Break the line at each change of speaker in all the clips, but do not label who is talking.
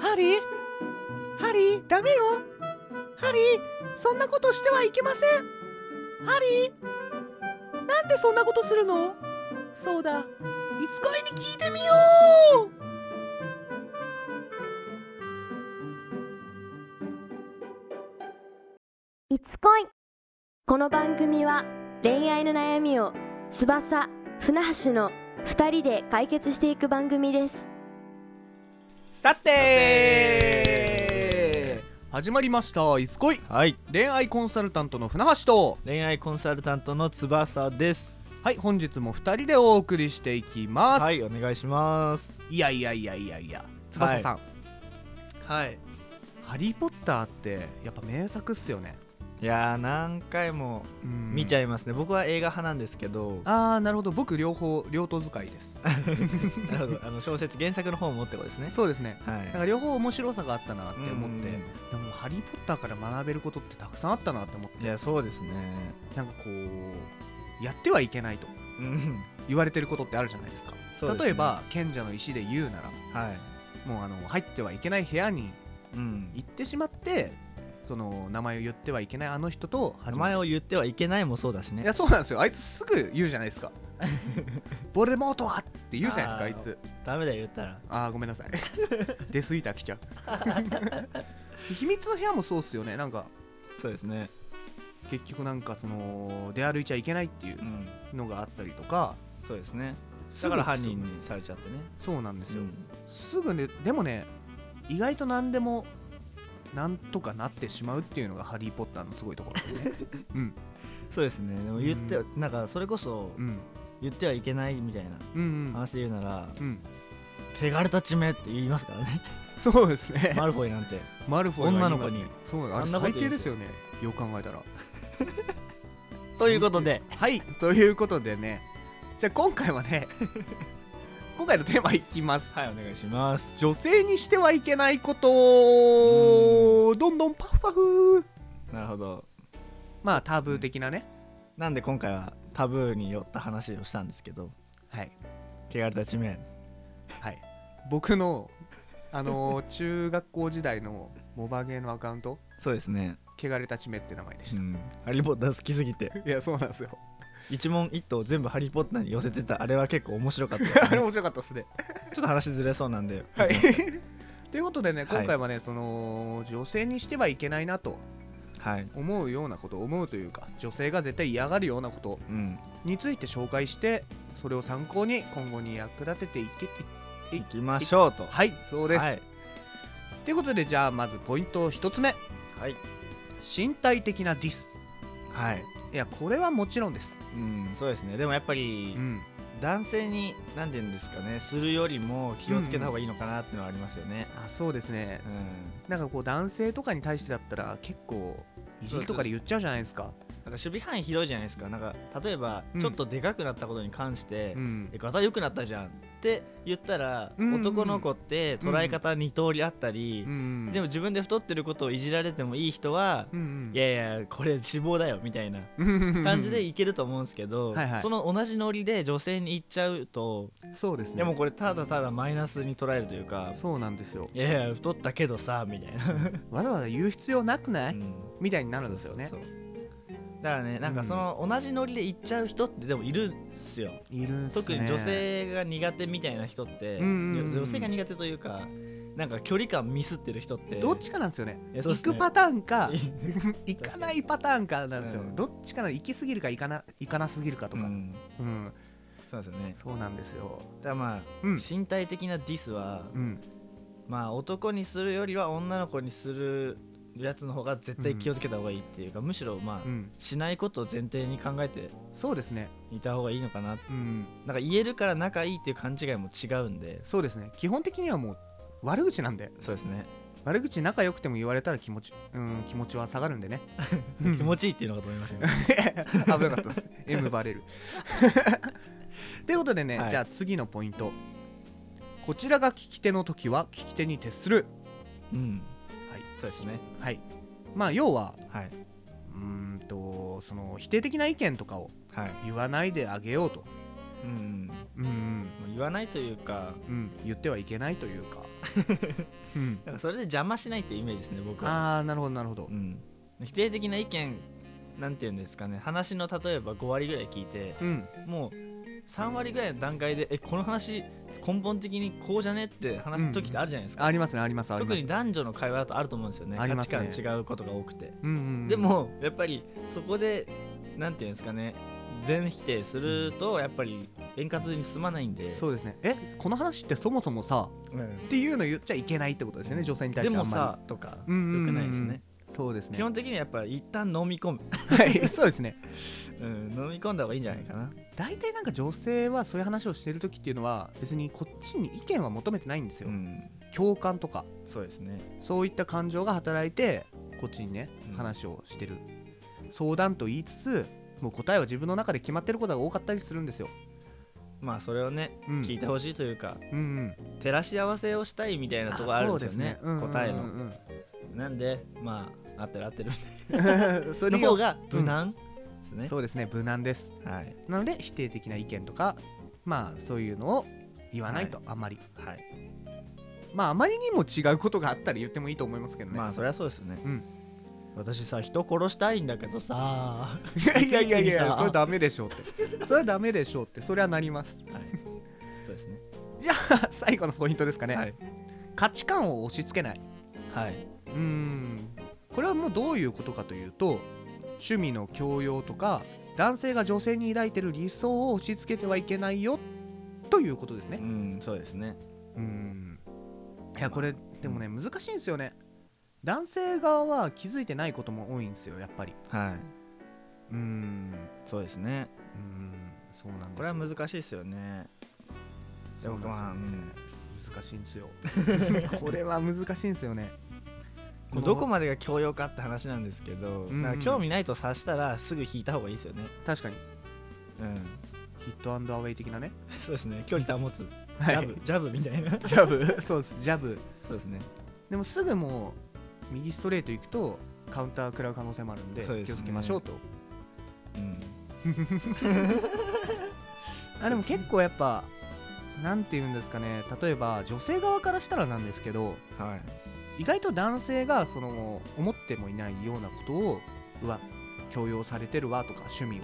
ハリーハリーダメよハリーそんなことしてはいけませんハリーなんでそんなことするのそうだいつ恋に聞いてみよう
いつ恋この番組は恋愛の悩みを翼船橋の2人で解決していく番組です
さて始まりました「いつ恋
はい、」
恋愛コンサルタントの船橋と
恋愛コンサルタントの翼です。
はい本日も2人でお送りしていきます、、
はいい、お願いします。
やいやいやいやいや翼さん、
はい。
ハリー・ポッター」ってやっぱ名作っすよね、
いやー、何回も
うん
見ちゃいますね。僕は映画派なんですけど、
ああなるほど僕両方両党使いです
なるほどあの小説原作の方もってことですね。
そうですね
はい。
なんか両方面白さがあったなって思って
うん
でも「ハリー・ポッター」から学べることってたくさんあったなって思っ
い
て
や、そうですね。
なんかこうやってはいけないと
うん。
言われてることってあるじゃないですか
そうですね
例えば賢者の石で言うなら
はい。
もうあの入ってはいけない部屋に
うん。
行ってしまってその名前を言ってはいけないあの人と
名
始ま
前
る
を言ってはいけないもそうだしね。
いやそうなんですよあいつすぐ言うじゃない ですかボルデモートはって言うじゃないですかあいつ
ダメだよ、言ったら。
あーごめんなさい 出過ぎた来 ちゃう秘密の部屋もそうっすよねなんか
そうですね。
結局なんかその出歩いちゃいけないっていう
うん。
のがあったりとか
そうですね。
す
だ
ぐ
から犯人にされちゃってね。
そうなんですよ、
うん
すぐねでもね意外と何でもなんとかなってしまうっていうのが「ハリー・ポッター」のすごいところ ですねうん
そうですね。でも言って
う、
なんかそれこそ
うん
言ってはいけないみたいな
うんうん
話で言うなら、
うん
汚れた地名って言いますから ね
そうですね
マルフォイなんて
マルフォイは言いますね
女の子に
そうあ
あ
れ
んなこと
最低
言う
で
んですす
よねよく考えたら
ということで
はいということでねじゃあ今回はね 今回のテーマいきます
はいお願いします
女性にしてはいけないことどんどんパフパフ
なるほど
まあタブー的なね、
なんで今回はタブーによった話をしたんですけど
はい
汚れた地名
はい、僕の、あ のー中学校時代のモバゲーのアカウント
そうですね
「汚れた地名」って名前でし
う
た、
んハリー・ポッター好きすぎて
いやそうなんですよ
一問一答全部ハリー・ポッターに寄せてたあれは結構面白かったで
あ
す
れ
ね
面白かったっすね
ちょっと話ずれそうなんで
はい
はい
ということでね
はい
今回はね、その女性にしてはいけないなと
はい
思うようなこと思うというか女性が絶対嫌がるようなこと
うん
について紹介してそれを参考に今後に役立てていってい
行きましょうと
はいそうです、
はい
ということでじゃあまずポイント1つ目
はい
身体的なディス
はい
いやこれはもちろんです、
うんそうですねでもやっぱり
うん、
男性に何て言うんですかねするよりも気をつけた方がいいのかなっていうのはありますよね、
あそうですね
うん
なんかこう男性とかに対してだったら結構いじりとかで言っちゃうじゃないですか
なんか守備範囲広いじゃないですかなんか例えば
うん
ちょっとでかくなったことに関して
う、ん
えガタ良くなったじゃんって言ったら、
うんうん
男の子って捉え方2通りあったり
う、ん
でも自分で太ってることをいじられてもいい人は、
うん
いやいやこれ脂肪だよみたいな
うん
感じでいけると思うんですけど、
はいはい
その同じノリで女性に言っちゃうと、
そうですね
でもこれただただマイナスに捉えるというか、
そうなんですよ
いやいや太ったけどさみたいな、
わざわざ言う必要なくない、
うん
みたいになるんですよね
そうそうだからねなんかその同じノリで行っちゃう人ってでもいるんすよ
いるんすね
特に女性が苦手みたいな人って、
うんうんうん
女性が苦手というかなんか距離感ミスってる人って
どっちかなんですよね
いやそうっ
行
すね
くパターンか行
かに
かないパターンかなんですよ、
うん
どっちかな行きすぎるか行かな行かなすぎるかと
と
か、
か、
う
うんんそうなんですよね
そうなんですよ
だからまあ、
うん
身体的なディスは、
うん
まあ男にするよりは女の子にするやつの方が絶対気をつけた方がいいっていうか、むしろまあ、
うん
しないことを前提に考えて
そうですね
いた方がいいのかな
うん
なんか言えるから仲いいっていう勘違いも違うんで
そうですね基本的にはもう悪口なんで
そうですね
悪口仲良くても言われたら気持ちうん気持ちは下がるん でねうん
気持ちいいっていうのかと思いましたね
危なかったです M バレ るということでね、
はい
じゃあ次のポイントこちらが聞き手の時は聞き手に徹する
うん
はい
そうですね
はいまあ要は
はい、
うーんとその否定的な意見とかを
はい、
言わないであげようと
うん
うんうん
まあ言わないというか
うん言ってはいけないという か、うん、
なんかそれで邪魔しないっていうイメージですね僕は、
ああなるほどなるほど
うん、否定的な意見なんていうんですかね話の例えば5割ぐらい聞いて
うん
もう3割ぐらいの段階でえこの話根本的にこうじゃねって話す時ってあるじゃないですか、
ありますねありますありま
特
す
に男女の会話だとあると思うんですよね
あり
価
ま
値
すね
観違うことが多くて、
うんうんうん
でもやっぱりそこでなんていうんですかね全否定するとやっぱり円滑に進まないんで
そうですねえこの話ってそもそもさ
うん
っていうの言っちゃいけないってことですよね女性に対
で
してあ
も
んまり
さとか
う
良
んうんうん
くないですね
そうですね
基本的にはやっぱり一旦飲み込む、
はいそうですね
うん、飲み込んだ方がいいんじゃないかな
大体なんか女性はそういう話をしてる時っていうのは別にこっちに意見は求めてないんですよ、
うん
共感とか
そうですね
そういった感情が働いてこっちにね
うん
話をしてる、相談と言いつつもう答えは自分の中で決まってることが多かったりするんですよ、
まあそれをね、
うん
聞いてほしいというか
うんうん、
照らし合わせをしたいみたいなところあるんですよね
そうですね
答えの、
うんうん
なんでまあ合ってる合ってるみた
うん そ
いな
れ
の方
が、
が無難ですね、
そうですね無難です
はい
なので否定的な意見とかまあそういうのを言わないと、あんまり
はい
まああまりにも違うことがあったら言ってもいいと思いますけどね、
まあそりゃそうですね、
うん
私さ人殺したいんだけどさ、
いやいやいやい
別に
や
さ
それダメでしょうってそれはダメでしょうってそれはなります
はい、そうですね
じゃあ最後のポイントですかね、
はい、
価値観を押し付けない
はい、
うーんこれはもうどういうことかというと趣味の強要とか男性が女性に抱いてる理想を押し付けてはいけないよということです
う
ね
んそうですね
うーんいやこれでもね難しいんですよね男性側は気づいてないことも多いんですよやっぱり
はい
うんうん
そうですね
そうなんですよ
これは難しいですよねで
そうな
も
んですよ
まあ、うん
難しいんですよこれは難しいんですよね
もうどこまでが教養かって話なんですけど、
ん
なんか興味ないと察したらすぐ引いた方がいいですよね
確かに
うん
ヒットアンドアウェイ的なね
そうですね距離保つジャブ、ジャブみたいな
ジャブそうですジャブ
そうですね
でもすぐもう右ストレート行くとカウンター食らう可能性もあるんで
そうです
気
ね
をつけましょうと
うん
あでも結構やっぱなんて言うんですかね例えば女性側からしたらなんですけど
はい
意外と男性がその思ってもいないようなことをうわ強要されてるわとか趣味を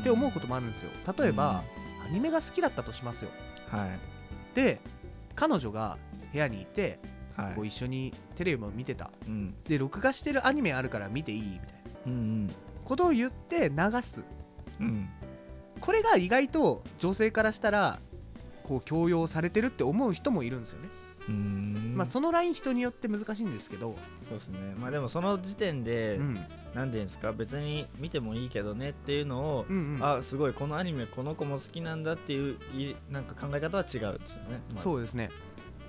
って思うこともあるんですよ例えば、アニメが好きだったとしますよ
とはい
で彼女が部屋にいて、
はい
こう一緒にテレビも見てた
うん
で録画してるアニメあるから見ていいみたいな
うん
ことを言って流す
うんうん
これが意外と女性からしたらこう強要されてるって思う人もいるんですよね、
うん
まあそのライン人によって難しいんですけど、
そうですねまあでもその時点で、
うん
なんていうんですか別に見てもいいけどねっていうのを、
うんうん
あすごいこのアニメこの子も好きなんだっていういなんか考え方は違うですよね、まあ、
そうですね、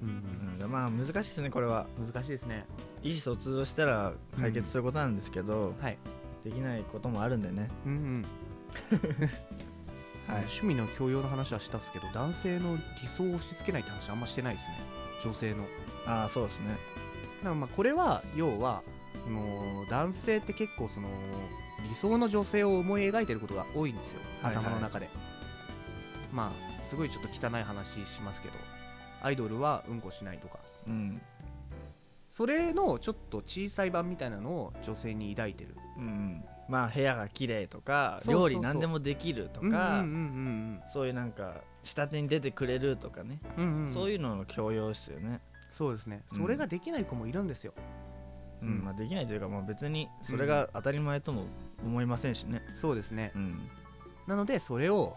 うん
うん、まあ難しいですねこれは
うん難しいですね
意思疎通をしたら解決することなんですけど、
はい、
できないこともあるんでね
うんうん
はい
趣味の強要の話はしたっすけど男性の理想を押し付けないって話あんましてないですね女性の
ああそうですね
だからまあこれは要はその男性って結構その理想の女性を思い描いてることが多いんですよ
はいはい
頭の中で、まあすごいちょっと汚い話しますけどアイドルはうんこしないとか
うん
それのちょっと小さい版みたいなのを女性に抱いてる
うんまあ部屋が綺麗とか
そうそうそう
料理何でもできる
と
と
か
か、そういうなんか下手に出てくれるとかね、そう
いう
いうのの強要ですよね、
そうですね
うん
それができない子もいるんですよ、
うん
うん
まあ、できないというか、まあ、別にそれが当たり前とも思いませんしね、
そうですね
うん、
なのでそれを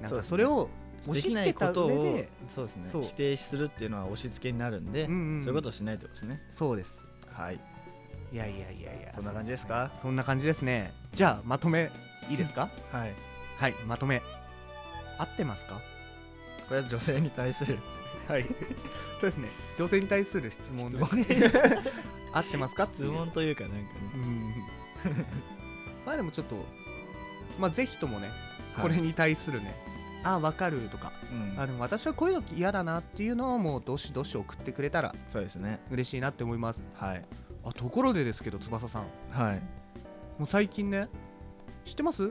なん
そう
か
ですね
それを押
で
し
きな
付
い
け
こ
た
と
上
を
で
そうですね
そう
否定するっていうのは押し付けになるんで、
うんうんうん
そういうことをしないってことですね
そうです
はい
いやいやいやいや
そんな感じですか
そんな感じですねじゃあまとめいいですか
はい
はいまとめ合ってますか
これは女性に対する
はい そうですね女性に対する質問
質
で
問
合ってますかって
質
いう
問というかなんかね
うんまあでもちょっとまあぜひともねこれ、に対するね、あわかるとか
うん
あでも私はこういうの嫌だなっていうのをもうどしどし送ってくれたら
そうですね
嬉しいなって思います
はい
あところでですけど翼さん
はい
もう最近ね知ってます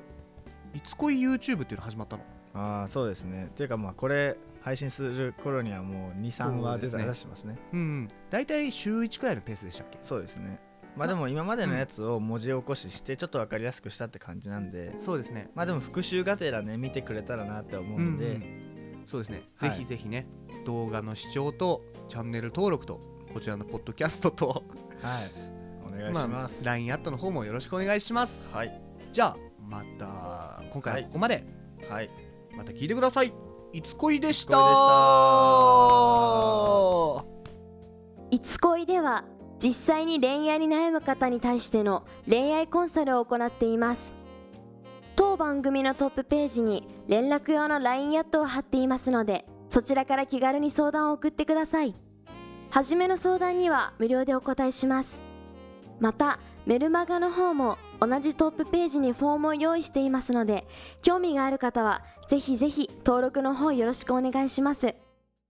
いつ恋 YouTube っていうの始まったの
ああそうですねっていうかまあこれ配信する頃にはもう23
そ
話
うで
出
す
た
ね
出してますね
うん大体週1くらいのペースでしたっけ
そうですねまあでも今までのやつを文字起こししてちょっと分かりやすくしたって感じなんで
そうですね
まあでも復習がてらね見てくれたらなって思うんで、
うんそうですね、
はい
ぜひぜひね動画の視聴とチャンネル登録とこちらのポッドキャストと
はいお願いします、
あ、LINE アットの方もよろしくお願いします
はい
じゃあまた今回はここまで、
はい
また聞いてくださいいつこいでした
いつこいでした
いつ恋では実際に恋愛に悩む方に対しての恋愛コンサルを行っています当番組のトップページに連絡用の LINE アットを貼っていますのでそちらから気軽に相談を送ってください初めの相談には無料でお答えしますまたメルマガの方も同じトップページにフォームを用意していますので興味がある方はぜひぜひ登録の方よろしくお願いします